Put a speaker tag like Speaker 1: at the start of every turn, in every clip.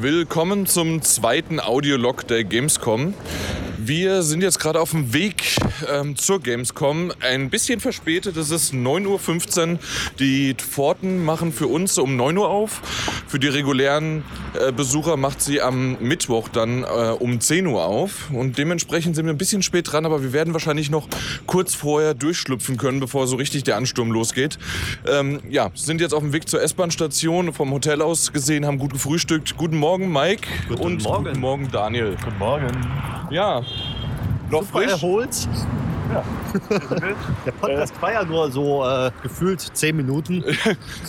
Speaker 1: Willkommen zum zweiten Audiolog der Gamescom. Wir sind jetzt gerade auf dem Weg ähm, zur Gamescom. Ein bisschen verspätet, es ist 9.15 Uhr. Die Pforten machen für uns um 9 Uhr auf. Für die regulären äh, Besucher macht sie am Mittwoch dann äh, um 10 Uhr auf. Und dementsprechend sind wir ein bisschen spät dran, aber wir werden wahrscheinlich noch kurz vorher durchschlüpfen können, bevor so richtig der Ansturm losgeht. Ähm, ja, sind jetzt auf dem Weg zur S-Bahn-Station, vom Hotel aus gesehen, haben gut gefrühstückt. Guten Morgen, Mike.
Speaker 2: Guten
Speaker 1: und
Speaker 2: Morgen.
Speaker 1: guten Morgen, Daniel.
Speaker 2: Guten Morgen.
Speaker 1: Ja. Noch frisch?
Speaker 2: erholt. Der Podcast war ja nur so äh, gefühlt zehn Minuten.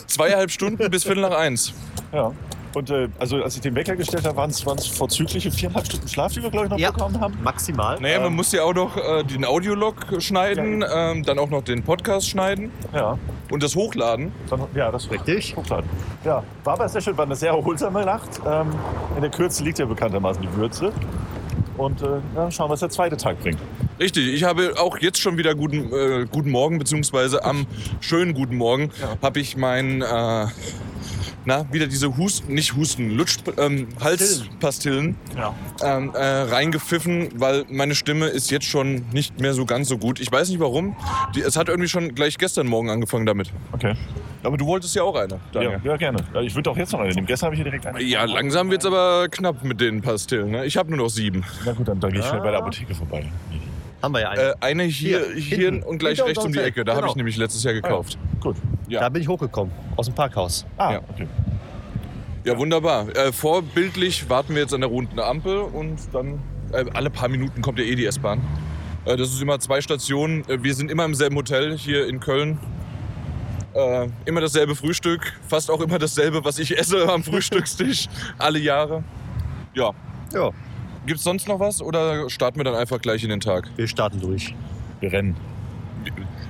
Speaker 1: Zweieinhalb Stunden bis Viertel nach eins.
Speaker 3: Ja. Und äh, also als ich den Wecker gestellt habe, waren es vorzügliche viereinhalb Stunden Schlaf, die wir, glaube ich, noch
Speaker 2: Ja.
Speaker 3: bekommen haben.
Speaker 2: Maximal.
Speaker 1: Naja, man
Speaker 3: Ähm.
Speaker 1: muss ja auch noch äh, den Audiolog schneiden, ähm, dann auch noch den Podcast schneiden
Speaker 3: Ja,
Speaker 1: und das hochladen.
Speaker 3: dann, ja das
Speaker 2: Richtig.
Speaker 3: Hochladen. Ja, war aber sehr schön, war eine sehr erholsame Nacht. Ähm, in der Kürze liegt ja bekanntermaßen die Würze. Und äh, ja, schauen, was der zweite Tag bringt.
Speaker 1: Richtig, ich habe auch jetzt schon wieder guten, äh, guten Morgen, beziehungsweise am schönen guten Morgen
Speaker 3: Ja.
Speaker 1: habe ich mein, äh, na, wieder diese Husten, nicht Husten, Lutsch, ähm, Halspastillen
Speaker 3: Ja.
Speaker 1: ähm, äh, reingepfiffen, weil meine Stimme ist jetzt schon nicht mehr so ganz so gut. Ich weiß nicht warum, Die, es hat irgendwie schon gleich gestern Morgen angefangen damit.
Speaker 3: Okay.
Speaker 1: Aber du wolltest ja auch eine, Daniel.
Speaker 3: Ja, ja, gerne. Ja, Ich würde auch jetzt noch eine nehmen. Gestern habe ich hier direkt eine.
Speaker 1: Ja, langsam wird's aber knapp mit den Pastillen. Ne? Ich habe nur noch sieben.
Speaker 3: Na gut, dann, dann gehe ich schnell
Speaker 2: Ah.
Speaker 3: bei der Apotheke vorbei.
Speaker 2: Haben wir ja einen.
Speaker 1: Äh, eine hier,
Speaker 2: Hier,
Speaker 1: hier
Speaker 2: hinten.
Speaker 1: und gleich
Speaker 2: Hinter
Speaker 1: rechts um die
Speaker 2: unserem
Speaker 1: Ecke. Da habe
Speaker 2: Genau.
Speaker 1: ich nämlich letztes Jahr gekauft.
Speaker 3: Ah, Gut.
Speaker 1: ja.
Speaker 2: Da bin ich hochgekommen. Aus dem Parkhaus.
Speaker 3: Ah,
Speaker 1: Ja.
Speaker 3: okay.
Speaker 1: Ja, wunderbar. Äh, vorbildlich warten wir jetzt an der runden Ampel und dann äh, alle paar Minuten kommt ja eh die S-Bahn. Äh, das ist immer zwei Stationen. Äh, wir sind immer im selben Hotel hier in Köln. Äh, immer dasselbe Frühstück, fast auch immer dasselbe, was ich esse am Frühstückstisch, alle Jahre. Ja.
Speaker 2: Ja.
Speaker 1: Gibt's sonst noch was oder starten wir dann einfach gleich in den Tag?
Speaker 2: Wir starten durch.
Speaker 3: Wir rennen.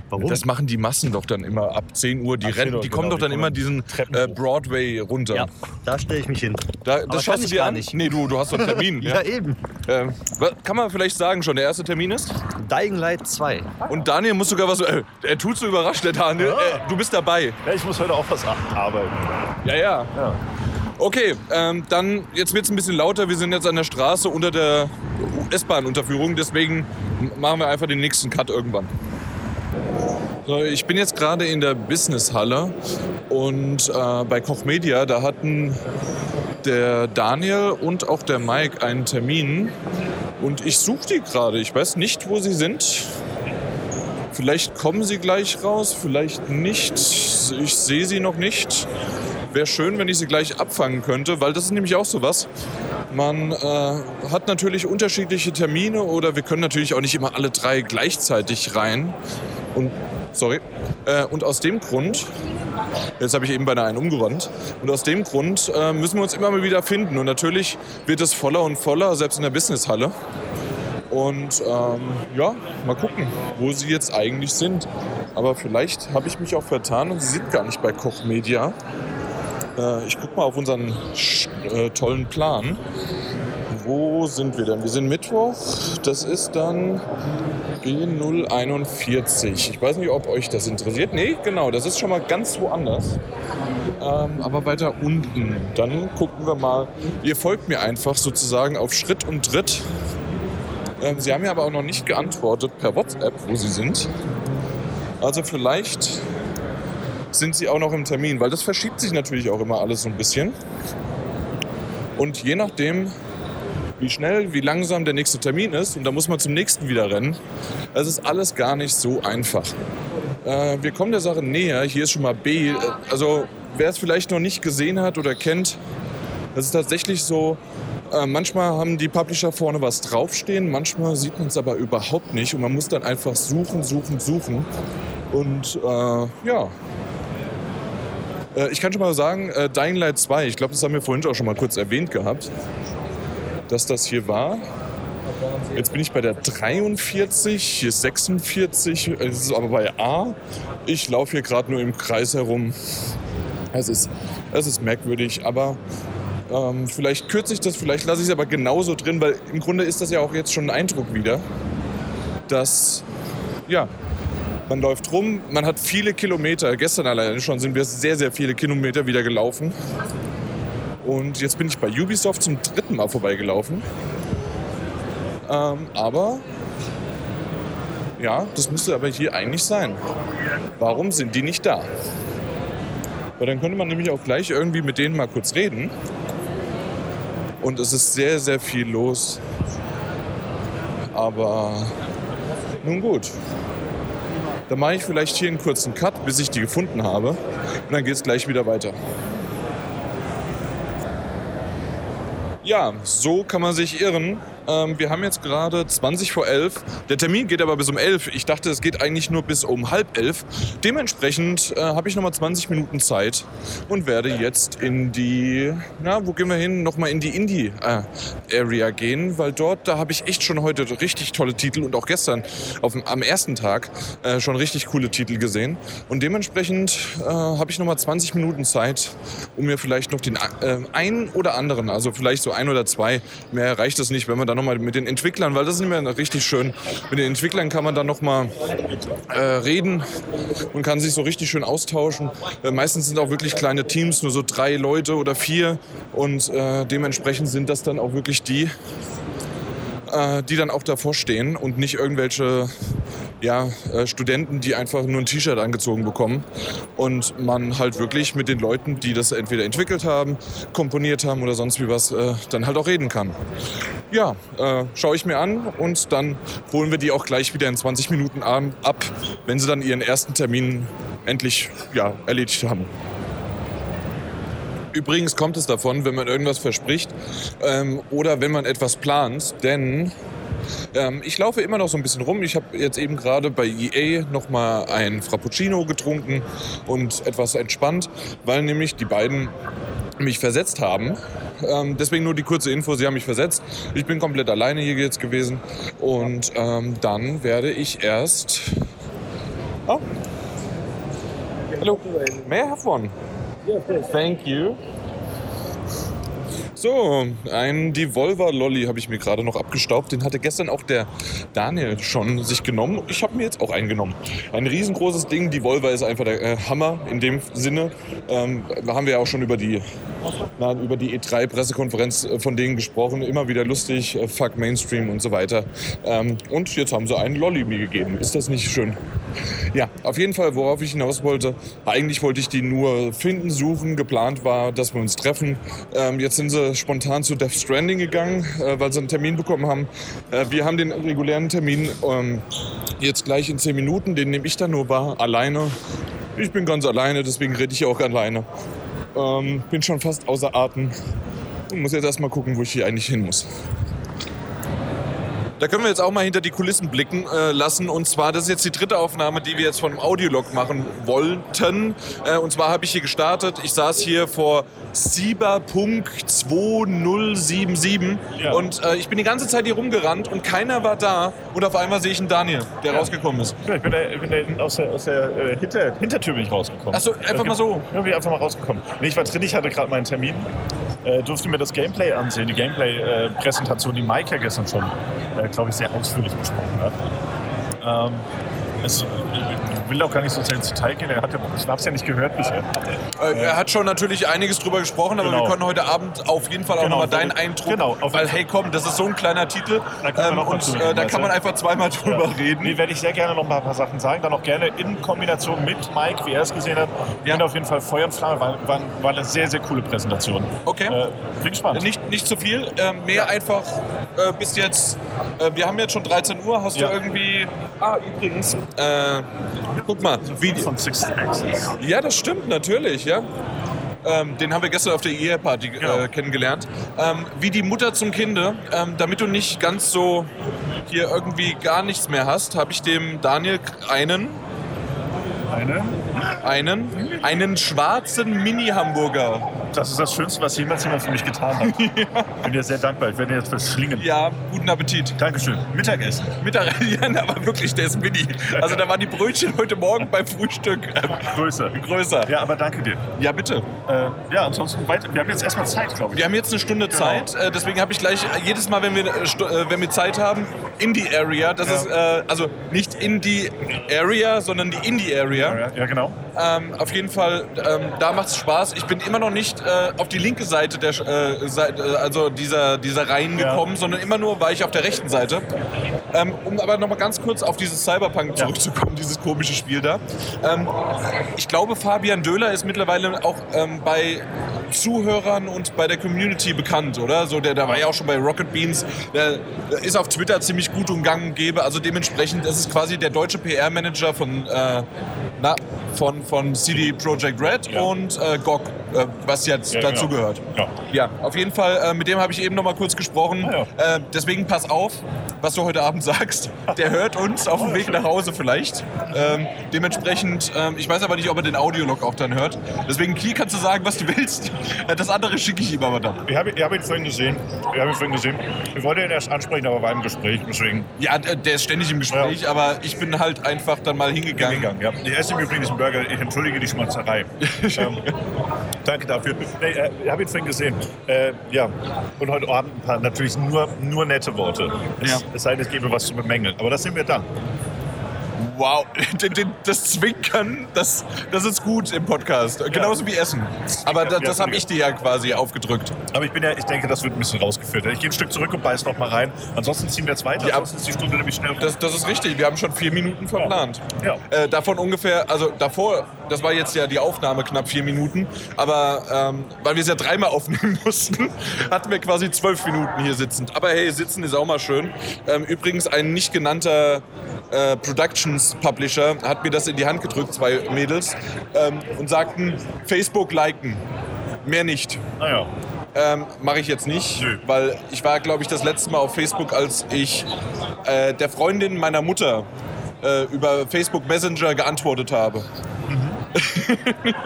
Speaker 2: Warum?
Speaker 1: Das machen die Massen doch dann immer ab 10 Uhr. Die,
Speaker 3: Ab 10
Speaker 1: rennen,
Speaker 3: Uhr,
Speaker 1: die kommen
Speaker 3: genau,
Speaker 1: doch dann
Speaker 3: die
Speaker 1: immer
Speaker 3: kommen
Speaker 1: diesen
Speaker 3: Treppen
Speaker 1: äh,
Speaker 3: hoch.
Speaker 1: Broadway runter.
Speaker 2: ja, da stelle ich mich hin.
Speaker 1: Da,
Speaker 2: Aber
Speaker 1: das
Speaker 2: kann
Speaker 1: schaust du
Speaker 2: ich
Speaker 1: dir
Speaker 2: gar
Speaker 1: an?
Speaker 2: nicht.
Speaker 1: Nee, du, du hast doch einen Termin.
Speaker 2: Ja,
Speaker 1: ja.
Speaker 2: eben.
Speaker 1: Ähm, wa- kann man vielleicht sagen schon, der erste Termin ist?
Speaker 2: Dying Light 2.
Speaker 1: Und Daniel muss sogar was... Äh, er tut so überrascht, der Daniel. Äh, du bist dabei.
Speaker 3: Ja, ich muss heute auch was arbeiten.
Speaker 1: Ja, ja.
Speaker 3: Ja.
Speaker 1: Okay, ähm, dann jetzt wird es ein bisschen lauter. Wir sind jetzt an der Straße unter der S-Bahn-Unterführung. Deswegen m- machen wir einfach den nächsten Cut irgendwann. So, ich bin jetzt gerade in der Businesshalle und äh, bei Koch Media, da hatten der Daniel und auch der Mike einen Termin. Und ich suche die gerade. Ich weiß nicht, wo sie sind. Vielleicht kommen sie gleich raus, vielleicht nicht. Ich sehe sie noch nicht. Wäre schön, wenn ich sie gleich abfangen könnte, weil das ist nämlich auch sowas. Man äh, hat natürlich unterschiedliche Termine oder wir können natürlich auch nicht immer alle drei gleichzeitig rein. Und sorry. Äh, und aus dem Grund, jetzt habe ich eben beinahe einen umgerannt, und aus dem Grund äh, müssen wir uns immer mal wieder finden. Und natürlich wird es voller und voller, selbst in der Businesshalle. Und ähm, ja, mal gucken, wo sie jetzt eigentlich sind. Aber vielleicht habe ich mich auch vertan und sie sind gar nicht bei Koch Media. Äh, ich gucke mal auf unseren sch- äh, tollen Plan. Wo sind wir denn? Wir sind Mittwoch. Das ist dann B041. Ich weiß nicht, ob euch das interessiert. Nee, genau, das ist schon mal ganz woanders. Ähm, aber weiter unten. Dann gucken wir mal. Ihr folgt mir einfach sozusagen auf Schritt und Tritt. Ähm, Sie haben mir aber auch noch nicht geantwortet per WhatsApp, wo Sie sind. Also vielleicht sind Sie auch noch im Termin, weil das verschiebt sich natürlich auch immer alles so ein bisschen. Und je nachdem, wie schnell, wie langsam der nächste Termin ist, und da muss man zum nächsten wieder rennen, das ist alles gar nicht so einfach. Äh, wir kommen der Sache näher. Hier ist schon mal B. Äh, Also wer es vielleicht noch nicht gesehen hat oder kennt, das ist tatsächlich so, äh, manchmal haben die Publisher vorne was draufstehen, manchmal sieht man es aber überhaupt nicht und man muss dann einfach suchen, suchen, suchen. Und äh, ja. Äh, ich kann schon mal sagen, äh, Dying Light 2, ich glaube, das haben wir vorhin auch schon mal kurz erwähnt gehabt, dass das hier war. Jetzt bin ich bei der 43, hier ist 46, äh, es ist aber bei A. Ich laufe hier gerade nur im Kreis herum. Es ist, es ist merkwürdig, aber ähm, vielleicht kürze ich das, vielleicht lasse ich es aber genauso drin, weil im Grunde ist das ja auch jetzt schon ein Eindruck wieder, dass, ja, man läuft rum, man hat viele Kilometer, gestern alleine schon sind wir sehr, sehr viele Kilometer wieder gelaufen Und jetzt bin ich bei Ubisoft zum dritten Mal vorbeigelaufen. Ähm, aber ja, das müsste aber hier eigentlich sein. Warum sind die nicht da? Weil dann könnte man nämlich auch gleich irgendwie mit denen mal kurz reden. Und es ist sehr, sehr viel los. Aber nun gut. Dann mache ich vielleicht hier einen kurzen Cut, bis ich die gefunden habe. Und dann geht es gleich wieder weiter. Ja, so kann man sich irren. Ähm, wir haben jetzt gerade 20 vor 11. Der Termin geht aber bis um 11. Ich dachte, es geht eigentlich nur bis um halb 11. Dementsprechend äh, habe ich nochmal 20 Minuten Zeit und werde jetzt in die, na, wo gehen wir hin? Nochmal in die Indie-Area gehen, weil dort, da habe ich echt schon heute richtig tolle Titel und auch gestern auf, dem- am ersten Tag äh, schon richtig coole Titel gesehen. Und dementsprechend äh, habe ich nochmal 20 Minuten Zeit, um mir vielleicht noch den äh, einen oder anderen, also vielleicht so ein oder zwei, mehr reicht es nicht, wenn man dann nochmal mit den Entwicklern, weil das ist immer richtig schön, mit den Entwicklern kann man dann nochmal äh, reden und kann sich so richtig schön austauschen. Äh, meistens sind auch wirklich kleine Teams, nur so drei Leute oder vier und äh, dementsprechend sind das dann auch wirklich die, äh, die dann auch davor stehen und nicht irgendwelche ja, äh, Studenten, die einfach nur ein T-Shirt angezogen bekommen und man halt wirklich mit den Leuten, die das entweder entwickelt haben, komponiert haben oder sonst wie was, äh, dann halt auch reden kann. Ja, äh, schaue ich mir an und dann holen wir die auch gleich wieder in 20 Minuten an- ab, wenn sie dann ihren ersten Termin endlich ja, erledigt haben. Übrigens kommt es davon, wenn man irgendwas verspricht ähm, oder wenn man etwas plant, denn ähm, ich laufe immer noch so ein bisschen rum. Ich habe jetzt eben gerade bei E EA nochmal ein Frappuccino getrunken und etwas entspannt, weil nämlich die beiden mich versetzt haben. Ähm, deswegen nur die kurze Info, sie haben mich versetzt. Ich bin komplett alleine hier jetzt gewesen und ähm, dann werde ich erst... Oh. Hallo, may I have one? Thank you. So, ein Devolver Lolly habe ich mir gerade noch abgestaubt. Den hatte gestern auch der Daniel schon sich genommen. Ich habe mir jetzt auch einen genommen. Ein riesengroßes Ding. Devolver ist einfach der äh, Hammer in dem Sinne. Ähm, da haben wir ja auch schon über die, na, über die E3-Pressekonferenz äh, von denen gesprochen. Immer wieder lustig, äh, fuck Mainstream und so weiter. Ähm, und jetzt haben sie einen Lolly mir gegeben. Ist das nicht schön? Ja, auf jeden Fall, worauf ich hinaus wollte. Eigentlich wollte ich die nur finden, suchen. Geplant war, dass wir uns treffen. Ähm, jetzt sind sie spontan zu Death Stranding gegangen, äh, weil sie einen Termin bekommen haben. Äh, wir haben den regulären Termin ähm, jetzt gleich in 10 Minuten. Den nehme ich dann nur wahr, alleine. Ich bin ganz alleine, deswegen rede ich auch alleine. Ähm, bin schon fast außer Atem und muss jetzt erstmal gucken, wo ich hier eigentlich hin muss. Da können wir jetzt auch mal hinter die Kulissen blicken äh, lassen. Und zwar, das ist jetzt die dritte Aufnahme, die wir jetzt von dem Audiolog machen wollten. Äh, und zwar habe ich hier gestartet. Ich saß hier vor 7.2077
Speaker 3: Ja.
Speaker 1: und äh, ich bin die ganze Zeit hier rumgerannt und keiner war da. Und auf einmal sehe ich einen Daniel, der rausgekommen ist.
Speaker 3: Ja, Genau, Ich bin, da, ich bin da aus der, aus der äh, Hinter, Hintertür bin ich rausgekommen. Also
Speaker 1: Ach so, einfach mal so.
Speaker 3: Ja, bin ich einfach mal rausgekommen. Nee, ich war drin, ich hatte gerade meinen Termin. Äh, durfte mir das Gameplay ansehen, die Gameplay-Präsentation, die Mike ja gestern schon, äh, glaube ich, sehr ausführlich besprochen hat. Ähm, es, ich will auch gar nicht so sehr ins Detail gehen, er hat ja, ich habe es ja nicht gehört bisher.
Speaker 1: Äh, Er hat schon natürlich einiges drüber gesprochen, aber
Speaker 3: Genau.
Speaker 1: wir können heute Abend auf jeden Fall auch
Speaker 3: Genau,
Speaker 1: nochmal deinen
Speaker 3: wo-
Speaker 1: Eindruck.
Speaker 3: genau, auf
Speaker 1: weil,
Speaker 3: jeden Fall.
Speaker 1: hey, komm, das ist so ein kleiner Titel.
Speaker 3: Da kann man noch mal
Speaker 1: und
Speaker 3: drüber
Speaker 1: äh,
Speaker 3: reden,
Speaker 1: da
Speaker 3: weißt
Speaker 1: kann man
Speaker 3: du?
Speaker 1: einfach zweimal drüber reden.
Speaker 3: Nee, werde ich sehr gerne noch mal ein paar Sachen sagen. Dann auch gerne in Kombination mit Mike, wie er es gesehen hat.
Speaker 1: Ja.
Speaker 3: Ja. Und auf jeden Fall Feuer und Flamme, war, war, war eine sehr, sehr coole Präsentation.
Speaker 1: Okay.
Speaker 3: Äh, bin gespannt.
Speaker 1: Nicht, nicht zu viel, äh, mehr einfach äh, bis jetzt. Äh, wir haben jetzt schon 13 Uhr. Hast
Speaker 3: Ja.
Speaker 1: du irgendwie. Ah, übrigens. Äh, guck mal, wie.
Speaker 3: von Six Axis.
Speaker 1: Ja, das stimmt, natürlich, ja. Ähm, den haben wir gestern auf der EA-Party äh,
Speaker 3: Genau.
Speaker 1: kennengelernt. Ähm, wie die Mutter zum Kinde, ähm, damit du nicht ganz so hier irgendwie gar nichts mehr hast, habe ich dem Daniel einen,
Speaker 3: Eine.
Speaker 1: einen, einen schwarzen Mini-Hamburger
Speaker 3: Das ist das Schönste, was jemals jemand für mich getan hat. Ich bin dir sehr dankbar. Ich werde jetzt verschlingen.
Speaker 1: Ja, guten Appetit.
Speaker 3: Dankeschön. Mittagessen.
Speaker 1: Mittag, ja, na, aber wirklich, der ist mini. Also da waren die Brötchen heute Morgen beim Frühstück äh,
Speaker 3: Größer.
Speaker 1: größer.
Speaker 3: Ja, aber danke dir.
Speaker 1: Ja, bitte.
Speaker 3: Äh, ja, ansonsten weiter. Wir haben jetzt erstmal Zeit, glaube ich.
Speaker 1: Wir haben jetzt eine Stunde
Speaker 3: Genau.
Speaker 1: Zeit, äh, deswegen habe ich gleich äh, jedes Mal, wenn wir, äh, Stu- äh, wenn wir Zeit haben, Indie Area. Das
Speaker 3: Ja.
Speaker 1: ist äh, also nicht Indie Area, sondern die Indie Area.
Speaker 3: Ja, genau.
Speaker 1: Ähm, auf jeden Fall, ähm, da macht es Spaß. Ich bin immer noch nicht äh, auf die linke Seite der, Sch- äh, Seite, äh, also dieser, dieser Reihen
Speaker 3: Ja.
Speaker 1: gekommen, sondern immer nur war ich auf der rechten Seite. Ähm, um aber nochmal ganz kurz auf dieses Cyberpunk zurückzukommen, dieses komische Spiel da. Ähm, ich glaube, Fabian Döhler ist mittlerweile auch ähm, bei Zuhörern und bei der Community bekannt, oder? So, der, der war ja auch schon bei Rocket Beans, der, der ist auf Twitter ziemlich gut umgang und gäbe. Also dementsprechend ist es quasi der deutsche PR-Manager von, äh, na, von, von CD Projekt Red
Speaker 3: Ja.
Speaker 1: und äh, GOG, äh, was jetzt
Speaker 3: Ja,
Speaker 1: dazu
Speaker 3: genau.
Speaker 1: gehört.
Speaker 3: Ja.
Speaker 1: Ja, auf jeden Fall, äh, mit dem habe ich eben noch mal kurz gesprochen.
Speaker 3: Ah,
Speaker 1: äh, deswegen pass auf, was du heute Abend sagst. Der hört uns auf dem Weg nach Hause vielleicht. Ähm, dementsprechend, ähm, ich weiß aber nicht, ob er den Audiolog auch dann hört. Deswegen, Key, kannst du sagen, was du willst. Äh, Das andere schicke ich ihm aber dann.
Speaker 3: Ich habe ich hab ihn vorhin gesehen. Ich habe ihn vorhin gesehen. Ich wollte ihn erst ansprechen, aber war im Gespräch. Deswegen
Speaker 1: Ja, d- der ist ständig im Gespräch, aber ich bin halt einfach dann mal hingegangen.
Speaker 3: gegangen. Ja. Ich esse im Übrigen diesen Burger. Ich entschuldige die Schmatzerei. ähm, danke dafür. Nee, äh, ich habe ihn vorhin gesehen. Äh, ja. Und heute Abend ein paar natürlich nur, nur nette Worte. Es,
Speaker 1: Ja.
Speaker 3: es sei denn, es gäbe was zu bemängeln. Aber das sehen wir dann.
Speaker 1: Wow, den- den- das Zwinkern, das, das ist gut im Podcast. Genauso wie Essen. Aber da,
Speaker 3: Ja,
Speaker 1: das habe ich dir ja quasi aufgedrückt.
Speaker 3: Aber ich bin ja, ich denke, das wird ein bisschen rausgefiltert. Ich gehe ein Stück zurück und beiß noch mal rein. Ansonsten ziehen wir jetzt weiter.
Speaker 1: Ja.
Speaker 3: Ansonsten ist die Stunde nämlich schnell. rum.
Speaker 1: Das, das ist richtig. Wir haben schon vier Minuten verplant.
Speaker 3: Ja.
Speaker 1: Äh, davon ungefähr, also davor, das war jetzt ja die Aufnahme knapp vier Minuten, aber ähm, weil wir es ja dreimal aufnehmen mussten, hatten wir quasi zwölf Minuten hier sitzend. Aber hey, sitzen ist auch mal schön. Ähm, übrigens, ein nicht genannter äh, Productions Publisher hat mir das in die Hand gedrückt, zwei Mädels, ähm, und sagten, Facebook liken. Mehr nicht.
Speaker 3: Naja.
Speaker 1: Ähm, Mache ich jetzt nicht,
Speaker 3: Nö.
Speaker 1: weil ich war, glaube ich, das letzte Mal auf Facebook, als ich äh, der Freundin meiner Mutter äh, über Facebook Messenger geantwortet habe.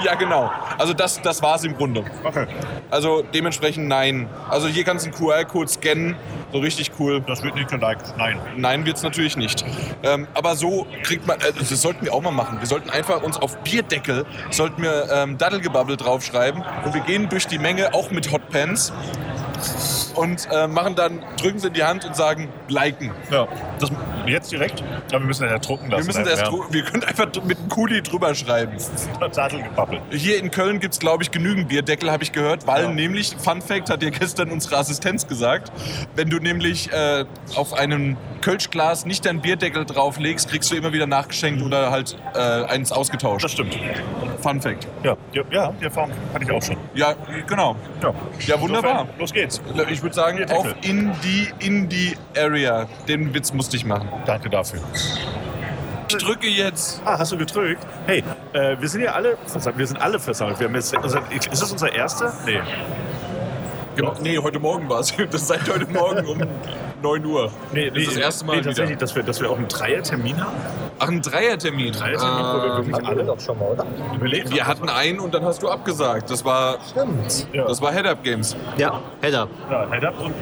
Speaker 1: ja, genau. Also das, das war es im Grunde.
Speaker 3: Okay.
Speaker 1: Also dementsprechend nein. Also hier kannst du einen QR-Code scannen, so richtig cool.
Speaker 3: Das wird nicht geliked. Nein.
Speaker 1: Nein, wird's natürlich nicht. Ähm, aber so kriegt man, äh, das sollten wir auch mal machen. Wir sollten einfach uns auf Bierdeckel, sollten wir ähm, Daddelgebabbel draufschreiben und wir gehen durch die Menge auch mit Hotpants und äh, machen dann, drücken sie in die Hand und sagen, liken.
Speaker 3: Ja. Das, jetzt direkt? Ja, wir müssen das ja drucken
Speaker 1: Wir
Speaker 3: lassen.
Speaker 1: müssen das,
Speaker 3: ja.
Speaker 1: dr- wir können einfach dr- mit einem Kuli drüber schreiben.
Speaker 3: Sattelgepappel.
Speaker 1: Hier in Köln gibt's glaube ich, genügend Bierdeckel, habe ich gehört, weil
Speaker 3: Ja.
Speaker 1: nämlich, Fun Fact hat dir gestern unsere Assistenz gesagt, wenn du nämlich äh, auf einem Kölschglas nicht deinen Bierdeckel drauflegst, kriegst du immer wieder nachgeschenkt oder halt äh, eins ausgetauscht.
Speaker 3: Mhm. Das stimmt.
Speaker 1: Fun Fact.
Speaker 3: Ja, ja, ja die Erfahrung hatte ich auch schon.
Speaker 1: Ja, genau.
Speaker 3: Ja,
Speaker 1: Ja, wunderbar.
Speaker 3: Insofern, los geht's.
Speaker 1: Ich würde sagen,
Speaker 3: Bierdeckel.
Speaker 1: auf Indie, Indie Area. Den Witz musste ich machen.
Speaker 3: Danke dafür.
Speaker 1: Ich drücke jetzt.
Speaker 3: Ah, hast du gedrückt? Hey, äh, wir sind ja alle versammelt. Wir sind alle versammelt. Wir haben jetzt, unser, ist das unser erster? Nee.
Speaker 1: Genau. Nee, heute Morgen war es. Das seit heute Morgen um 9 Uhr.
Speaker 3: Nee,
Speaker 1: das ist das erste Mal
Speaker 3: nee, tatsächlich,
Speaker 1: wieder.
Speaker 3: dass wir, dass wir auch einen Dreier-Termin haben.
Speaker 1: Ach, ein Dreiertermin.
Speaker 3: Dreiertermin, wo wir
Speaker 1: Ähm,
Speaker 3: wirklich alle doch schon mal, oder? Überlegt.
Speaker 1: Wir hatten einen und dann hast du abgesagt. Das war,
Speaker 4: Stimmt.
Speaker 3: Ja.
Speaker 1: das war Head Up Games.
Speaker 4: Ja, Head-Up.
Speaker 3: Ja, Head Up und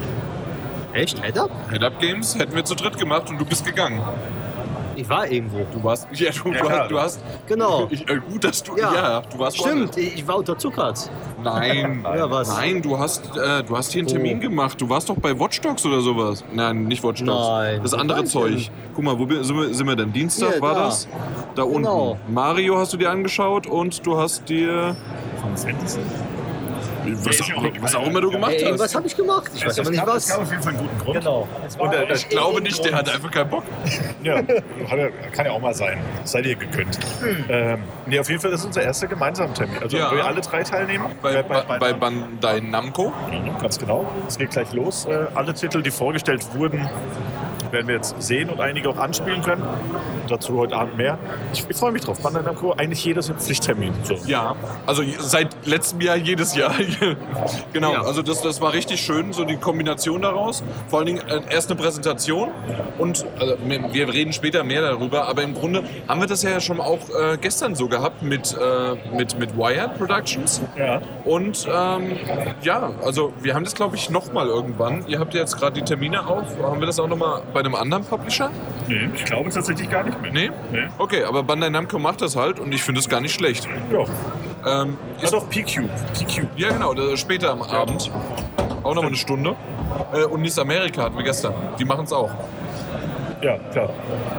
Speaker 4: Echt? Head-Up?
Speaker 1: Head Up Games hätten wir zu dritt gemacht und du bist gegangen.
Speaker 4: Ich war irgendwo.
Speaker 1: Du warst, ja, du,
Speaker 3: Ja,
Speaker 1: du,
Speaker 3: klar.
Speaker 1: hast, du hast,
Speaker 4: Genau.
Speaker 1: ich, äh, gut, dass du, ja,
Speaker 4: Ja.
Speaker 1: du warst.
Speaker 4: Stimmt, ich ich war unterzuckert.
Speaker 1: woanders. Nein,
Speaker 4: Ja, was?
Speaker 1: nein, du hast, äh, du hast hier einen
Speaker 4: Oh.
Speaker 1: Termin gemacht. Du warst doch bei Watch Dogs oder sowas. Nein, nicht Watch Dogs.
Speaker 4: Nein,
Speaker 1: Das
Speaker 4: wo
Speaker 1: andere
Speaker 4: war ich
Speaker 1: Zeug. Guck mal, wo bi- sind wir, sind wir denn? Dienstag
Speaker 4: Hier,
Speaker 1: war
Speaker 4: da.
Speaker 1: das? Da
Speaker 4: Genau.
Speaker 1: unten. Mario hast du dir angeschaut und du hast dir,
Speaker 3: von Fantasy.
Speaker 1: was,
Speaker 3: ist ja auch
Speaker 1: auch,
Speaker 3: egal.
Speaker 1: was auch immer du
Speaker 3: Ja.
Speaker 2: Äh,
Speaker 1: gemacht
Speaker 4: Ey, irgendwas
Speaker 1: hast.
Speaker 4: habe ich gemacht. Ich weiß aber nicht
Speaker 3: gab,
Speaker 4: was.
Speaker 3: es gab auf jeden Fall einen guten Grund.
Speaker 4: Genau.
Speaker 3: Und, äh,
Speaker 1: Ich glaube nicht, der hat einfach keinen Bock.
Speaker 3: Ja, hat ja- kann ja auch mal sein. Seid ihr gekönnt. Ähm, nee, auf jeden Fall ist unser erster gemeinsamer Termin. Also
Speaker 1: Ja.
Speaker 3: wo wir alle drei teilnehmen.
Speaker 1: Bei,
Speaker 3: Äh,
Speaker 1: bei, bei, Bandai Namco.
Speaker 3: ganz genau. Es geht gleich los. Äh, alle Titel, die vorgestellt wurden, werden wir jetzt sehen und einige auch anspielen können. Dazu heute Abend mehr. Ich, ich freue mich drauf. Bandai Namco, eigentlich jedes ein Pflichttermin. So.
Speaker 1: Ja, also je- seit letztem Jahr jedes Jahr. genau,
Speaker 4: Ja.
Speaker 1: also das, das war richtig schön, so die Kombination daraus. Vor allen Dingen äh, erst eine Präsentation und also, wir wir reden später mehr darüber, aber im Grunde haben wir das ja schon auch äh, gestern so gehabt mit, äh, mit, mit Wired Productions.
Speaker 3: Ja.
Speaker 1: Und ähm, ja, also wir haben das glaube ich nochmal irgendwann. Ihr habt ja jetzt gerade die Termine auf. Haben wir das auch nochmal bei einem anderen Publisher?
Speaker 3: Nee, ich glaube tatsächlich gar nicht mehr.
Speaker 1: Nee?
Speaker 3: Nee.
Speaker 1: Okay, aber Bandai Namco macht das halt und ich finde es gar nicht schlecht.
Speaker 3: Ja.
Speaker 1: Ähm,
Speaker 3: Ja, doch, PQ. PQ.
Speaker 1: Ja, genau, das ist später am Abend. Auch nochmal eine Stunde. Äh, Und Miss Amerika hatten wir gestern. Die machen es auch.
Speaker 3: Ja, klar.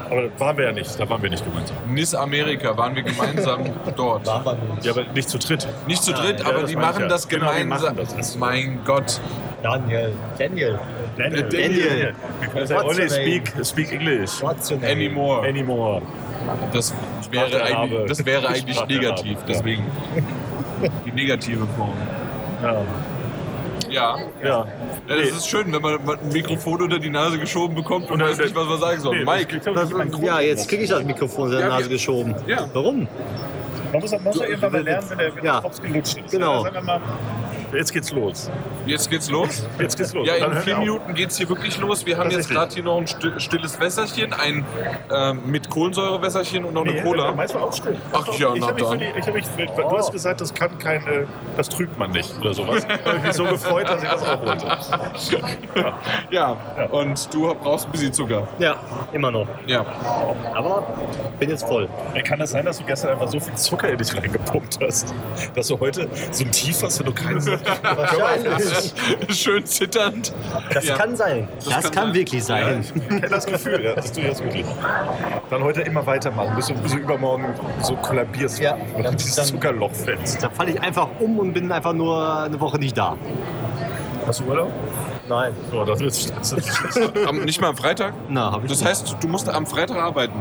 Speaker 3: Aber waren wir ja nicht. Da waren wir nicht gemeinsam.
Speaker 1: Miss Amerika waren wir gemeinsam dort.
Speaker 3: Ja, aber nicht zu dritt.
Speaker 1: Nicht zu dritt,
Speaker 3: ja,
Speaker 1: aber
Speaker 3: das
Speaker 1: die
Speaker 3: meine ich
Speaker 1: machen
Speaker 3: ja.
Speaker 1: das
Speaker 3: Genau, die
Speaker 1: gemeinsam.
Speaker 3: machen das. Das ist-
Speaker 1: mein Gott.
Speaker 4: Daniel, Daniel,
Speaker 3: Daniel.
Speaker 4: Daniel.
Speaker 3: Because I only speak, speak English
Speaker 4: what's your name?
Speaker 1: Anymore.
Speaker 3: anymore.
Speaker 1: Das wäre
Speaker 3: Spracherbe.
Speaker 1: eigentlich, das wäre eigentlich
Speaker 3: Spracherbe.
Speaker 1: negativ,
Speaker 3: Ja.
Speaker 1: deswegen. Die negative Form.
Speaker 3: Ja.
Speaker 1: Ja.
Speaker 3: ja.
Speaker 1: Ja, das ist schön, wenn man mal ein Mikrofon unter die Nase geschoben bekommt und
Speaker 3: Und
Speaker 1: weiß
Speaker 3: dann-
Speaker 1: nicht, was man sagen soll.
Speaker 3: Nee, das-
Speaker 1: Mike,
Speaker 3: ich glaub, das ist mein Grund.
Speaker 4: Ja, jetzt kriege ich das Mikrofon in der
Speaker 1: Ja, wir-
Speaker 4: Nase geschoben.
Speaker 1: Ja.
Speaker 4: Warum?
Speaker 3: Man muss, man muss ja irgendwann mal lernen, wenn der, wenn
Speaker 4: Ja.
Speaker 3: der Kopf gelutscht ist.
Speaker 4: Genau.
Speaker 3: Ja, sagen wir mal, jetzt geht's los.
Speaker 1: jetzt geht's los.
Speaker 3: Jetzt geht's los.
Speaker 1: Ja,
Speaker 3: Und dann
Speaker 1: in
Speaker 3: hören wir
Speaker 1: vier
Speaker 3: auf.
Speaker 1: Minuten geht's hier wirklich los. Wir haben
Speaker 3: Das ist
Speaker 1: jetzt gerade hier noch ein still- stilles Wässerchen, ein ähm, mit Kohlensäurewässerchen und noch eine
Speaker 3: Nee,
Speaker 1: Cola.
Speaker 3: Meinst du auch still?
Speaker 1: Ach ja,
Speaker 3: ich
Speaker 1: na
Speaker 3: hab mich für
Speaker 1: dann.
Speaker 3: die- ich hab mich, für- Du hast gesagt, das kann keine, das trügt man nicht oder sowas. Ich hab mich so gefreut, dass ich das auch wollte.
Speaker 1: Ja, und du brauchst ein bisschen Zucker.
Speaker 4: Ja, immer noch.
Speaker 1: Ja.
Speaker 4: Aber bin jetzt voll.
Speaker 3: Ey, Kann das sein, dass du gestern einfach so viel Zucker in dich reingepumpt hast, dass du heute so ein Tief hast, wenn du keinen
Speaker 4: Wahrscheinlich.
Speaker 1: Schön zitternd.
Speaker 4: Das
Speaker 1: Ja.
Speaker 4: kann sein. Das,
Speaker 1: kann
Speaker 4: kann,
Speaker 1: sein.
Speaker 4: wirklich sein.
Speaker 3: Ich kenne das Gefühl, ja, das tue ich jetzt wirklich. Dann heute immer weitermachen, bis du, bis du übermorgen so kollabierst,
Speaker 4: Ja,
Speaker 3: wenn du
Speaker 4: dann-
Speaker 3: dieses
Speaker 4: dann-
Speaker 3: Zuckerloch fällst.
Speaker 4: Da falle ich einfach um und bin einfach nur eine Woche nicht da.
Speaker 3: Hast du Urlaub?
Speaker 4: Nein.
Speaker 3: So, Oh, das ist, das ist
Speaker 1: Am, nicht mal am Freitag?
Speaker 4: Na, habe ich
Speaker 1: Das heißt, du musst am Freitag arbeiten.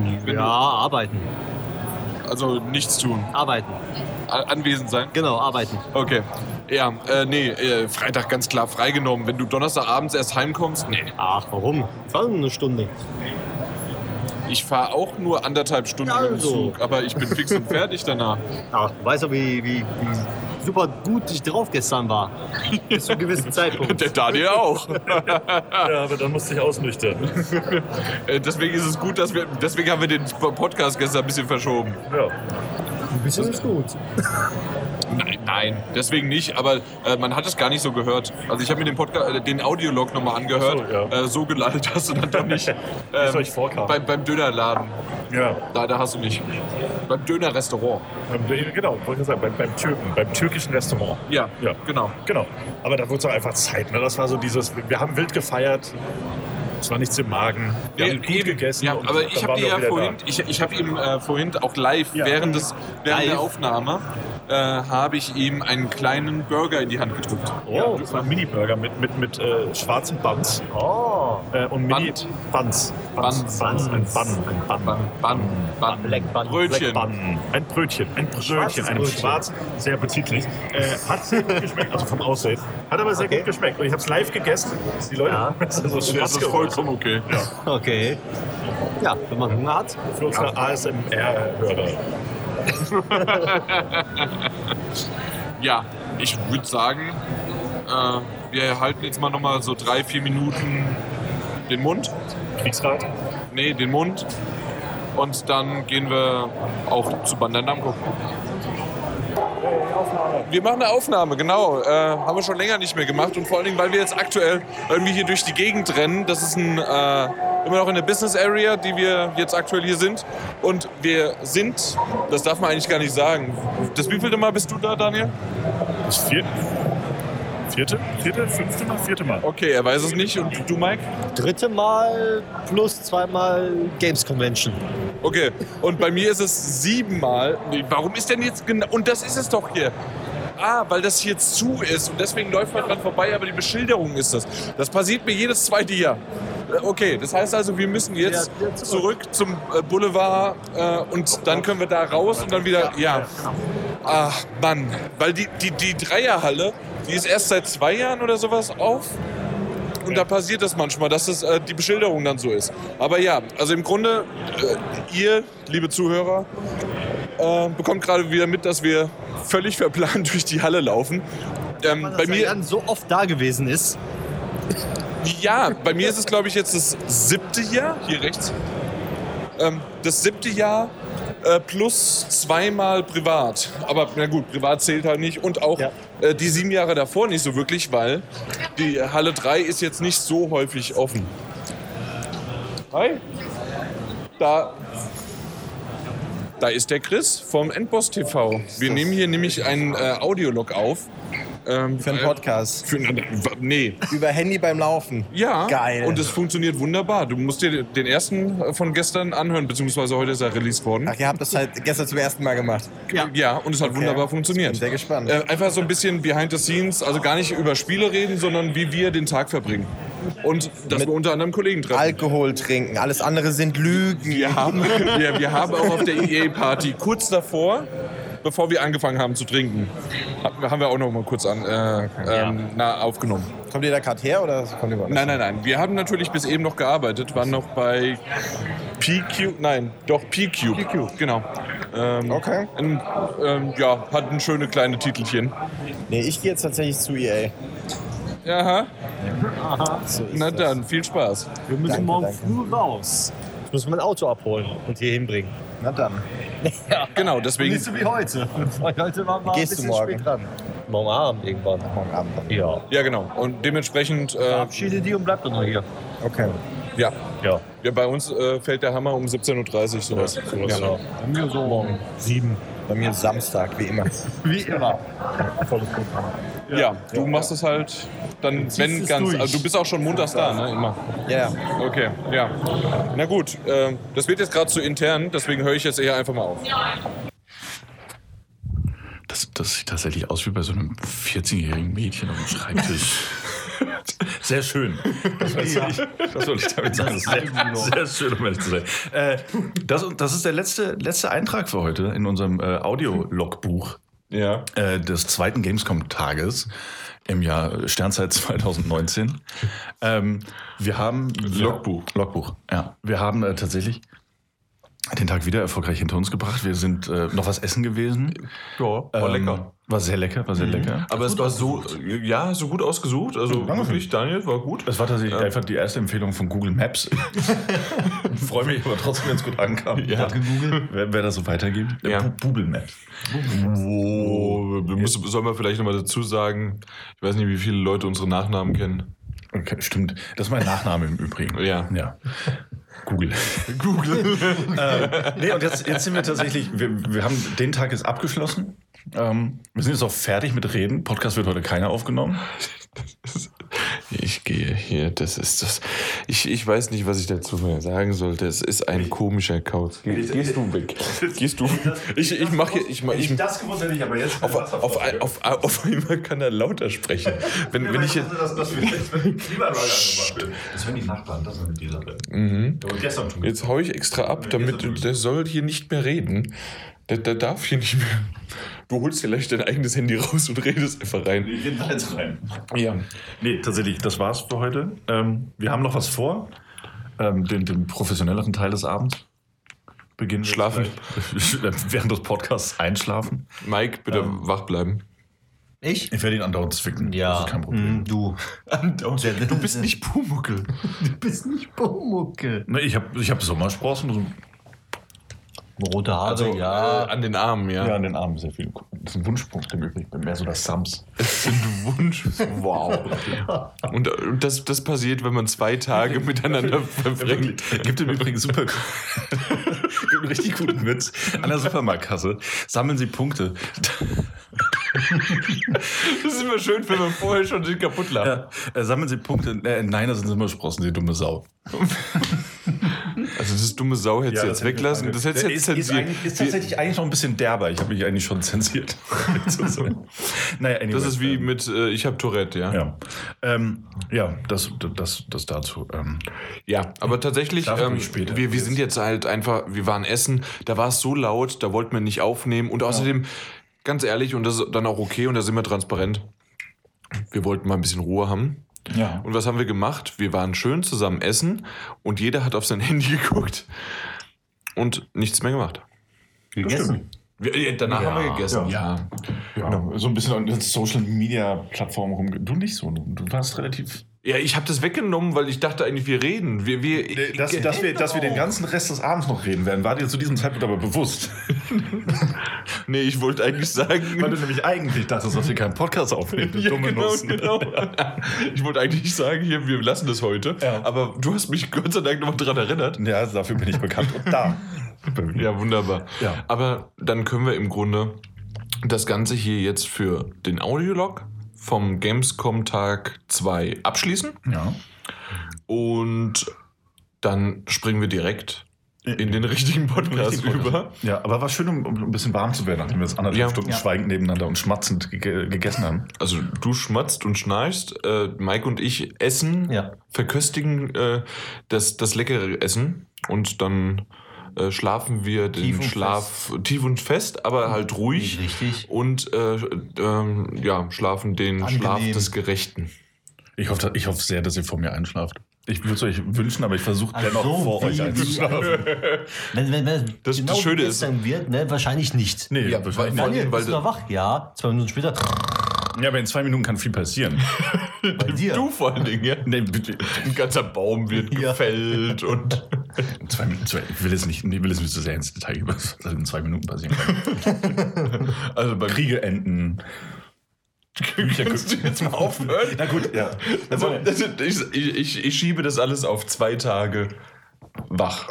Speaker 4: nicht.
Speaker 1: wenn
Speaker 4: Ja, arbeiten.
Speaker 1: Also nichts tun.
Speaker 4: Arbeiten.
Speaker 1: A- Anwesend sein.
Speaker 4: Genau, arbeiten.
Speaker 1: Okay. Ja, äh, nee, äh, Freitag ganz klar freigenommen. Wenn du Donnerstagabends erst heimkommst, nee.
Speaker 4: Ach, warum? Es war nur eine Stunde.
Speaker 1: Ich fahre auch nur anderthalb Stunden mit dem
Speaker 4: Also.
Speaker 1: Zug, aber ich bin fix und fertig danach.
Speaker 4: Ach, du weißt du, wie, wie, wie super gut ich drauf gestern war? Bis zu einem gewissen Zeitpunkt.
Speaker 1: Der Daniel auch.
Speaker 3: ja, aber dann musst du dich ausnüchtern.
Speaker 1: Äh, deswegen ist es gut, dass wir, deswegen haben wir den Podcast gestern ein bisschen verschoben.
Speaker 3: Ja.
Speaker 4: Ein bisschen ist gut.
Speaker 1: Nein, nein, deswegen nicht, aber äh, man hat es gar nicht so gehört. Also ich habe mir den Podcast, äh, den Audiolog nochmal angehört.
Speaker 3: Ach so, ja.
Speaker 1: äh, so gelandet hast du dann doch nicht. ähm,
Speaker 3: Wie soll ich vorkamen?
Speaker 1: beim, beim Dönerladen.
Speaker 3: ja.
Speaker 1: Da, da hast du nicht. Beim Dönerrestaurant.
Speaker 3: Ähm, Genau, wollte ich sagen, beim, beim Türken, beim türkischen Restaurant.
Speaker 1: Ja,
Speaker 3: Ja.
Speaker 1: genau.
Speaker 3: Genau. Aber da wurde es auch einfach Zeit. Ne? Das war so dieses, wir haben wild gefeiert. Es war nichts im Magen. Wir
Speaker 1: Nee,
Speaker 3: haben gut
Speaker 1: Äh, eben.
Speaker 3: gegessen.
Speaker 1: Ja,
Speaker 3: und
Speaker 1: aber
Speaker 3: dann
Speaker 1: ich
Speaker 3: waren
Speaker 1: habe dir
Speaker 3: wir
Speaker 1: ja
Speaker 3: auch wieder
Speaker 1: vorhin, ich, ich habe ihm äh, vorhin auch live
Speaker 3: Ja.
Speaker 1: während des während
Speaker 4: Live.
Speaker 1: der Aufnahme äh, habe ich ihm einen kleinen Burger in die Hand gedrückt.
Speaker 3: Da. Oh, das war ein Mini-Burger mit, mit, mit äh, schwarzen Buns.
Speaker 4: Oh.
Speaker 3: Äh, und Mini
Speaker 1: Band.
Speaker 3: Buns.
Speaker 1: Buns.
Speaker 3: Buns. Ein Bun. Ein Bun.
Speaker 1: Bann, Bann, Bann,
Speaker 4: Black Bun.
Speaker 1: Brötchen.
Speaker 3: Black Bun. Ein Brötchen. Ein Brötchen.
Speaker 4: Schwarzes
Speaker 3: Ein
Speaker 4: Brötchen.
Speaker 3: schwarz. Sehr appetitlich. Äh, hat sehr gut geschmeckt. Also vom Aussehen. Hat aber sehr
Speaker 4: Okay.
Speaker 3: gut geschmeckt. Und ich habe es live gegessen. Die Leute
Speaker 4: Ja.
Speaker 3: haben es so schwer.
Speaker 1: Das ist vollkommen okay.
Speaker 4: Okay. Ja, wenn man Hunger hat.
Speaker 3: Für unsere ASMR-Hörer.
Speaker 1: Ja, ich würde sagen, äh, wir halten jetzt mal nochmal so drei, vier Minuten den Mund.
Speaker 3: Kriegsrat.
Speaker 1: Nee, den Mund. Und dann gehen wir auch zu Bandai gucken. Wir machen eine Aufnahme, genau. Äh, haben wir schon länger nicht mehr gemacht. Und vor allen Dingen, weil wir jetzt aktuell irgendwie hier durch die Gegend rennen. Das ist ein, äh, immer noch in der Business Area, die wir jetzt aktuell hier sind. Und wir sind, das darf man eigentlich gar nicht sagen. Das wievielte Mal bist du da, Daniel?
Speaker 3: Das vierte, vierte, vierte, fünfte Mal, vierte Mal.
Speaker 1: Okay, er weiß es nicht. Und du, Mike?
Speaker 4: Dritte Mal plus zweimal Games Convention.
Speaker 1: Okay. Und bei mir ist es siebenmal. Nee, warum ist denn jetzt genau. Und das ist es doch hier. Ah, weil das hier zu ist und deswegen läuft man dran vorbei, aber die Beschilderung ist das. Das passiert mir jedes zweite Jahr. Äh, Okay, das heißt also, wir müssen jetzt
Speaker 4: Ja, ja,
Speaker 1: zurück.
Speaker 4: zurück.
Speaker 1: zum äh, Boulevard äh, und dann können wir da raus und dann wieder. Ja. Ach Mann, weil die, die, die Dreierhalle, die ist erst seit zwei Jahren oder sowas auf. Und da passiert das manchmal, dass es, äh, die Beschilderung dann so ist. Aber ja, also im Grunde, äh, ihr, liebe Zuhörer, äh, bekommt gerade wieder mit, dass wir völlig verplant durch die Halle laufen. Ähm, bei mir,
Speaker 4: dann so oft da gewesen ist.
Speaker 1: ja, bei mir ist es, glaube ich, jetzt das siebte Jahr, hier rechts. Ähm, das siebte Jahr äh, plus zweimal privat. Aber na gut, privat zählt halt nicht. Und auch
Speaker 4: Ja.
Speaker 1: äh, die sieben Jahre davor nicht so wirklich, weil die Halle 3 ist jetzt nicht so häufig offen. Hi. Da. Da ist der Chris vom Endboss TV. Wir nehmen hier nämlich einen äh, Audiolog auf. Ähm,
Speaker 5: Für einen Podcast.
Speaker 1: Für, nee,
Speaker 5: Über Handy beim Laufen.
Speaker 1: ja.
Speaker 5: Geil.
Speaker 1: Und es funktioniert wunderbar. Du musst dir den ersten von gestern anhören, beziehungsweise heute ist er released worden.
Speaker 5: Ach, ihr habt das halt gestern zum ersten Mal gemacht.
Speaker 1: Ja, und es hat wunderbar funktioniert.
Speaker 5: Bin sehr gespannt.
Speaker 1: Äh, einfach so ein bisschen behind the scenes, also gar nicht über Spiele reden, sondern wie wir den Tag verbringen. Und dass wir unter anderem Kollegen treffen.
Speaker 5: Alkohol trinken, alles andere sind Lügen.
Speaker 1: Wir haben, wir, wir haben auch auf der EA-Party kurz davor, bevor wir angefangen haben zu trinken, hab- haben wir auch noch mal kurz an, äh, ähm, na, aufgenommen.
Speaker 5: Kommt ihr da gerade her oder kommt ihr woanders?
Speaker 1: Nein, nein, nein. Wir haben natürlich bis eben noch gearbeitet, waren noch bei PQ, nein, doch PQ. PQ. Genau. Ähm,
Speaker 5: Okay.
Speaker 1: ein- ähm, ja, hatten schöne kleine Titelchen.
Speaker 5: Nee, ich gehe jetzt tatsächlich zu EA.
Speaker 1: Aha,
Speaker 5: So ist
Speaker 1: na
Speaker 5: das.
Speaker 1: dann, viel Spaß.
Speaker 2: Wir müssen
Speaker 5: Danke,
Speaker 2: morgen
Speaker 5: danke.
Speaker 2: früh raus. Ich muss mein Auto abholen und hier hinbringen.
Speaker 5: Na dann.
Speaker 1: Genau, deswegen
Speaker 2: Nicht so wie heute. Heute waren wir
Speaker 5: Gehst
Speaker 2: ein
Speaker 5: du
Speaker 2: bisschen
Speaker 5: morgen?
Speaker 2: spät dran. Morgen Abend irgendwann.
Speaker 5: Morgen Abend.
Speaker 2: Ja.
Speaker 1: Ja, genau. Und dementsprechend, äh,
Speaker 2: Verabschiede die und bleib doch noch hier.
Speaker 5: Okay.
Speaker 1: ja.
Speaker 2: Ja.
Speaker 1: ja, bei uns äh, fällt der Hammer um 17.30 Uhr sowas.
Speaker 3: Genau.
Speaker 2: Bei mir so morgen. Sieben.
Speaker 5: Bei mir Samstag, wie immer.
Speaker 2: Wie immer.
Speaker 3: Volles Programm.
Speaker 1: Ja, du machst es halt dann, wenn
Speaker 2: es
Speaker 1: ganz.
Speaker 2: durch.
Speaker 1: Also du bist auch schon montags da, ne? Immer.
Speaker 5: Ja,
Speaker 1: Okay, ja. Na gut, äh, das wird jetzt gerade zu intern, deswegen höre ich jetzt eher einfach mal auf.
Speaker 6: Das, das sieht tatsächlich aus wie bei so einem 14-jährigen Mädchen auf dem Schreibtisch. Sehr schön. Das wollte ich, das wollte ich damit sagen.
Speaker 7: Genau.
Speaker 6: Sehr, sehr schön, um ehrlich zu sein. Äh, das, das ist der letzte, letzte Eintrag für heute in unserem äh, Audio-Logbuch
Speaker 1: Ja.
Speaker 6: äh, des zweiten Gamescom-Tages im Jahr äh, Sternzeit 2019. Ähm, wir haben Logbuch. Logbuch. Ja, wir haben äh, tatsächlich den Tag wieder erfolgreich hinter uns gebracht. Wir sind äh, noch was essen gewesen.
Speaker 7: Ja, war
Speaker 6: Ähm,
Speaker 7: lecker. Mhm.
Speaker 6: War sehr lecker, war sehr lecker.
Speaker 7: Aber es war so, ja, so gut ausgesucht. Also
Speaker 6: Dankeschön.
Speaker 7: wirklich, Daniel, war gut. also,
Speaker 6: Es war tatsächlich einfach die erste Empfehlung von Google Maps. Freue mich aber trotzdem, wenn es gut ankam. Ja. Hat gegoogelt. Wer, wer das so weitergibt?
Speaker 7: Ja.
Speaker 6: Bu- Google Maps.
Speaker 7: Oh, wir müssen, sollen wir vielleicht nochmal dazu sagen, ich weiß nicht, wie viele Leute unsere Nachnamen kennen.
Speaker 6: Okay, stimmt. Das ist mein Nachname im Übrigen.
Speaker 7: Ja.
Speaker 6: ja. Google. Google. äh, nee, und jetzt, jetzt sind wir tatsächlich, wir, wir haben den Tag jetzt abgeschlossen. Ähm, wir sind jetzt auch fertig mit Reden. Podcast wird heute keiner aufgenommen.
Speaker 7: Ich gehe hier, das ist das. Ich, ich weiß nicht, was ich dazu mehr sagen sollte. Es ist ein komischer Couch. Geh, gehst du weg. Gehst du Ich, ich mache hier. Ich, mach- ich,
Speaker 6: das gewusst hätte, ich aber jetzt.
Speaker 7: auf, auf, auf, ein- auf, auf einmal kann er lauter sprechen. Wenn, wenn ich jetzt.
Speaker 6: Das hören die Nachbarn, das ist mit dieser Und gestern schon
Speaker 7: Jetzt hau ich extra ab, damit der soll hier nicht mehr reden. Der, der darf hier nicht mehr. Du holst dir gleich dein eigenes Handy raus und redest einfach rein.
Speaker 6: gehen da jetzt rein.
Speaker 7: Ja.
Speaker 6: Nee, tatsächlich, das war's für heute. Ähm, wir haben noch was vor. Ähm, den, den professionelleren Teil des Abends. Beginnen wir
Speaker 7: Schlafen.
Speaker 6: gleich. Während des Podcasts einschlafen.
Speaker 7: Mike, bitte wach bleiben.
Speaker 4: Ich?
Speaker 6: Ich werde ihn andauernd zwicken. Das
Speaker 4: Ja.
Speaker 6: ist kein Problem.
Speaker 4: Mm,
Speaker 2: Hm,
Speaker 4: du. du bist nicht Pumuckel. Du bist nicht Pumuckel.
Speaker 6: Nee, ich habe ich hab Sommersprossen. So,
Speaker 4: Rote Haare,
Speaker 7: Also, äh,
Speaker 4: ja.
Speaker 7: an den Armen, ja.
Speaker 6: an den Armen sehr viel. Das ist ein Wunschpunkt im Übrigen. Mehr so das Sams.
Speaker 7: Das sind Wunsch. Wow. Und, äh, und das, das passiert, wenn man zwei Tage miteinander verbringt.
Speaker 6: Gibt im Übrigen super. gibt einen richtig guten Witz. An der Supermarktkasse sammeln sie Punkte.
Speaker 7: Das ist immer schön, wenn man vorher schon den kaputt lacht.
Speaker 6: Ja, äh, sammeln sie Punkte. Äh, nein, das sind Sommersprossen, sie dumme Sau.
Speaker 7: Also das dumme Sau hättest du
Speaker 6: Ja,
Speaker 7: jetzt
Speaker 6: das hätte ich
Speaker 7: weglassen.
Speaker 6: gefragt.
Speaker 7: Das hättest du
Speaker 6: Der
Speaker 7: jetzt
Speaker 6: ist, ist,
Speaker 7: zensiert.
Speaker 6: eigentlich, ist tatsächlich eigentlich noch ein bisschen derber. Ich habe mich eigentlich schon zensiert. naja, anyway,
Speaker 7: Das ist wie
Speaker 6: ähm,
Speaker 7: mit äh, Ich hab Tourette, ja.
Speaker 6: Ja, ähm, ja das, das, das dazu. Ähm,
Speaker 7: Ja, aber tatsächlich,
Speaker 6: Dafür
Speaker 7: ähm,
Speaker 6: bin ich später.
Speaker 7: wir, wir sind jetzt halt einfach, wir waren essen, da war es so laut, da wollten wir nicht aufnehmen und außerdem, ganz ehrlich, und das ist dann auch okay und da sind wir transparent, wir wollten mal ein bisschen Ruhe haben.
Speaker 6: ja.
Speaker 7: Und was haben wir gemacht? Wir waren schön zusammen essen und jeder hat auf sein Handy geguckt und nichts mehr gemacht.
Speaker 2: Gegessen.
Speaker 7: Wir, äh, danach haben wir gegessen, ja.
Speaker 6: Ja. Genau, so ein bisschen an den Social Media Plattformen rum. Du nicht so. Du warst relativ.
Speaker 7: Ja, ich habe das weggenommen, weil ich dachte eigentlich, wir reden. Wir, wir,
Speaker 6: Dass,
Speaker 1: Genau.
Speaker 6: dass, wir, dass wir den ganzen Rest des Abends noch reden werden, war dir zu diesem Zeitpunkt aber bewusst.
Speaker 7: nee, ich wollte eigentlich sagen,
Speaker 6: Weil du nämlich eigentlich dachtest, dass wir keinen Podcast aufnehmen. du dumme
Speaker 1: genau,
Speaker 6: Nuss.
Speaker 7: genau, ich wollte eigentlich sagen, hier, wir lassen das heute,
Speaker 6: Ja.
Speaker 7: aber du hast mich Gott sei Dank nochmal daran erinnert.
Speaker 6: Ja, also dafür bin ich bekannt. Und da.
Speaker 7: Ja, wunderbar.
Speaker 6: Ja.
Speaker 7: Aber dann können wir im Grunde das Ganze hier jetzt für den Audiolog,
Speaker 1: vom Gamescom Tag 2 abschließen.
Speaker 6: Ja.
Speaker 1: Und dann springen wir direkt in den richtigen Podcast
Speaker 6: Richtig, oder?
Speaker 1: über.
Speaker 6: Ja, aber war schön, um, um ein bisschen warm zu werden, nachdem wir das anderthalb
Speaker 1: Ja.
Speaker 6: Stunden
Speaker 1: Ja.
Speaker 6: schweigend nebeneinander und schmatzend ge gegessen haben.
Speaker 1: Also du schmatzt und schnarchst, äh, Mike und ich essen,
Speaker 4: Ja.
Speaker 1: verköstigen äh, das, das leckere Essen und dann äh, schlafen wir den
Speaker 4: Tief und
Speaker 1: Schlaf tief und fest, aber halt ruhig
Speaker 4: Richtig.
Speaker 1: und äh, ähm, ja, schlafen den
Speaker 6: Angenehm.
Speaker 1: Schlaf des Gerechten.
Speaker 6: Ich hoffe, ich hoffe sehr, dass ihr vor mir einschlaft. Ich würde es euch wünschen, aber ich versuche
Speaker 4: Ach
Speaker 6: dennoch
Speaker 4: so,
Speaker 6: vor
Speaker 4: wie-
Speaker 6: euch
Speaker 4: wie-
Speaker 6: einzuschlafen.
Speaker 4: Wenn, wenn, wenn
Speaker 1: Das-
Speaker 4: genau
Speaker 1: das Schöne
Speaker 4: wie
Speaker 1: ist-
Speaker 4: gestern wird, ne, wahrscheinlich nicht.
Speaker 6: Nee,
Speaker 1: Ja,
Speaker 6: wahrscheinlich
Speaker 1: vor allem,
Speaker 6: nicht.
Speaker 4: Daniel,
Speaker 1: weil
Speaker 4: bist du
Speaker 1: du-
Speaker 4: noch wach? Ja. Zwei Minuten später.
Speaker 6: ja, aber in zwei Minuten kann viel passieren.
Speaker 4: Bei dir.
Speaker 1: Du vor allen Dingen, ja.
Speaker 6: nee, bitte.
Speaker 1: Ein ganzer Baum wird
Speaker 4: Ja.
Speaker 1: gefällt und
Speaker 6: In zwei Minuten, zwei, ich will es nicht, nee, ich will es nicht so sehr ins Detail gehen, was in zwei Minuten passieren kann.
Speaker 1: also beim
Speaker 6: Kriege enden.
Speaker 1: Kannst du jetzt mal aufhören?
Speaker 6: Na gut, ja.
Speaker 1: Also, das ist- ich, ich, ich schiebe das alles auf zwei Tage wach.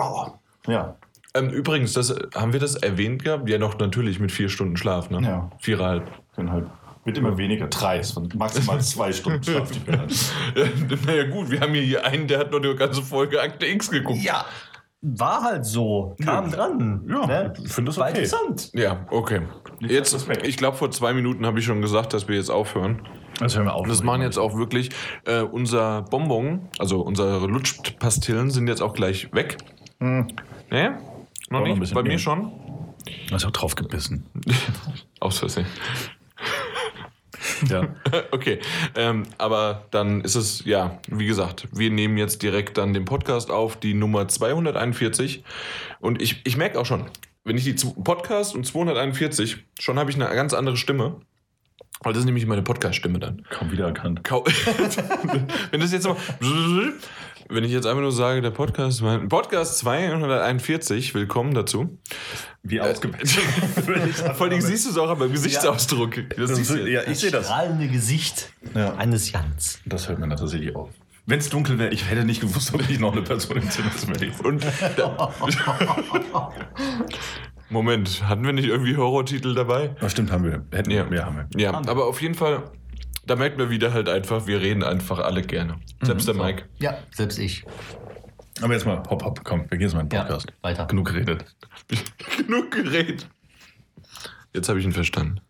Speaker 6: Ja.
Speaker 1: Ähm, übrigens, das, haben wir das erwähnt gehabt? Ja, doch, natürlich mit vier Stunden Schlaf, ne?
Speaker 6: Ja.
Speaker 1: Viereinhalb.
Speaker 6: Dann halt mit immer weniger. Drei, es waren maximal zwei Stunden Schlaf. die wir hatten.
Speaker 1: Ja, naja, gut, wir haben hier- hier einen, der hat noch eine ganze Folge Akte X geguckt.
Speaker 4: Ja. War halt so. Kam dran.
Speaker 6: Ja,
Speaker 4: ne?
Speaker 6: ich finde das
Speaker 4: War
Speaker 6: okay.
Speaker 4: interessant.
Speaker 1: Ja, okay. Jetzt,
Speaker 6: Respekt.
Speaker 1: ich glaube, vor zwei Minuten habe ich schon gesagt, dass wir jetzt aufhören.
Speaker 6: Das hören wir Also auf.
Speaker 1: Und das machen jetzt auch wirklich äh, unser Bonbon, also unsere Lutschpastillen sind jetzt auch gleich weg. Nee? Noch
Speaker 6: Hm. Noch ein
Speaker 1: nicht?
Speaker 6: bisschen
Speaker 1: Bei mir
Speaker 6: mehr.
Speaker 1: schon?
Speaker 6: Also draufgebissen.
Speaker 1: Aus Versehen.
Speaker 6: Ja.
Speaker 1: Okay, ähm, aber dann ist es, ja, wie gesagt, wir nehmen jetzt direkt dann den Podcast auf, die Nummer 241. Und ich, ich merke auch schon, wenn ich die zu- Podcast und 241, schon habe ich eine ganz andere Stimme. Weil das ist nämlich meine Podcast-Stimme dann.
Speaker 6: Kaum wiedererkannt.
Speaker 1: Kau wenn das jetzt mal. Wenn ich jetzt einfach nur sage, der Podcast, mein Podcast 241, willkommen dazu.
Speaker 6: Wie
Speaker 1: Äh.
Speaker 6: ausgebissen.
Speaker 1: Vor allen Dingen siehst du es auch beim Gesichtsausdruck. Das siehst du jetzt.
Speaker 6: ja, ich sehe das.
Speaker 4: Strahlende Gesicht
Speaker 6: Ja.
Speaker 4: eines Jans.
Speaker 6: Das hört man dann tatsächlich auf. Wenn es dunkel wäre, ich hätte nicht gewusst, ob ich noch eine Person im Zimmer ist.
Speaker 1: Und da, Moment, hatten wir nicht irgendwie Horrortitel dabei?
Speaker 6: Das stimmt, haben wir. Hätten
Speaker 1: Ja.
Speaker 6: wir, haben wir.
Speaker 1: Ja, aber auf jeden Fall, da merkt man wieder halt einfach, wir reden einfach alle gerne. Selbst der Mike.
Speaker 4: Ja, selbst ich.
Speaker 6: Aber jetzt mal, hopp, hopp, komm, wir gehen jetzt mal in den
Speaker 4: Ja,
Speaker 6: Podcast.
Speaker 4: weiter.
Speaker 6: Genug geredet.
Speaker 1: Genug geredet. Jetzt habe ich ihn verstanden.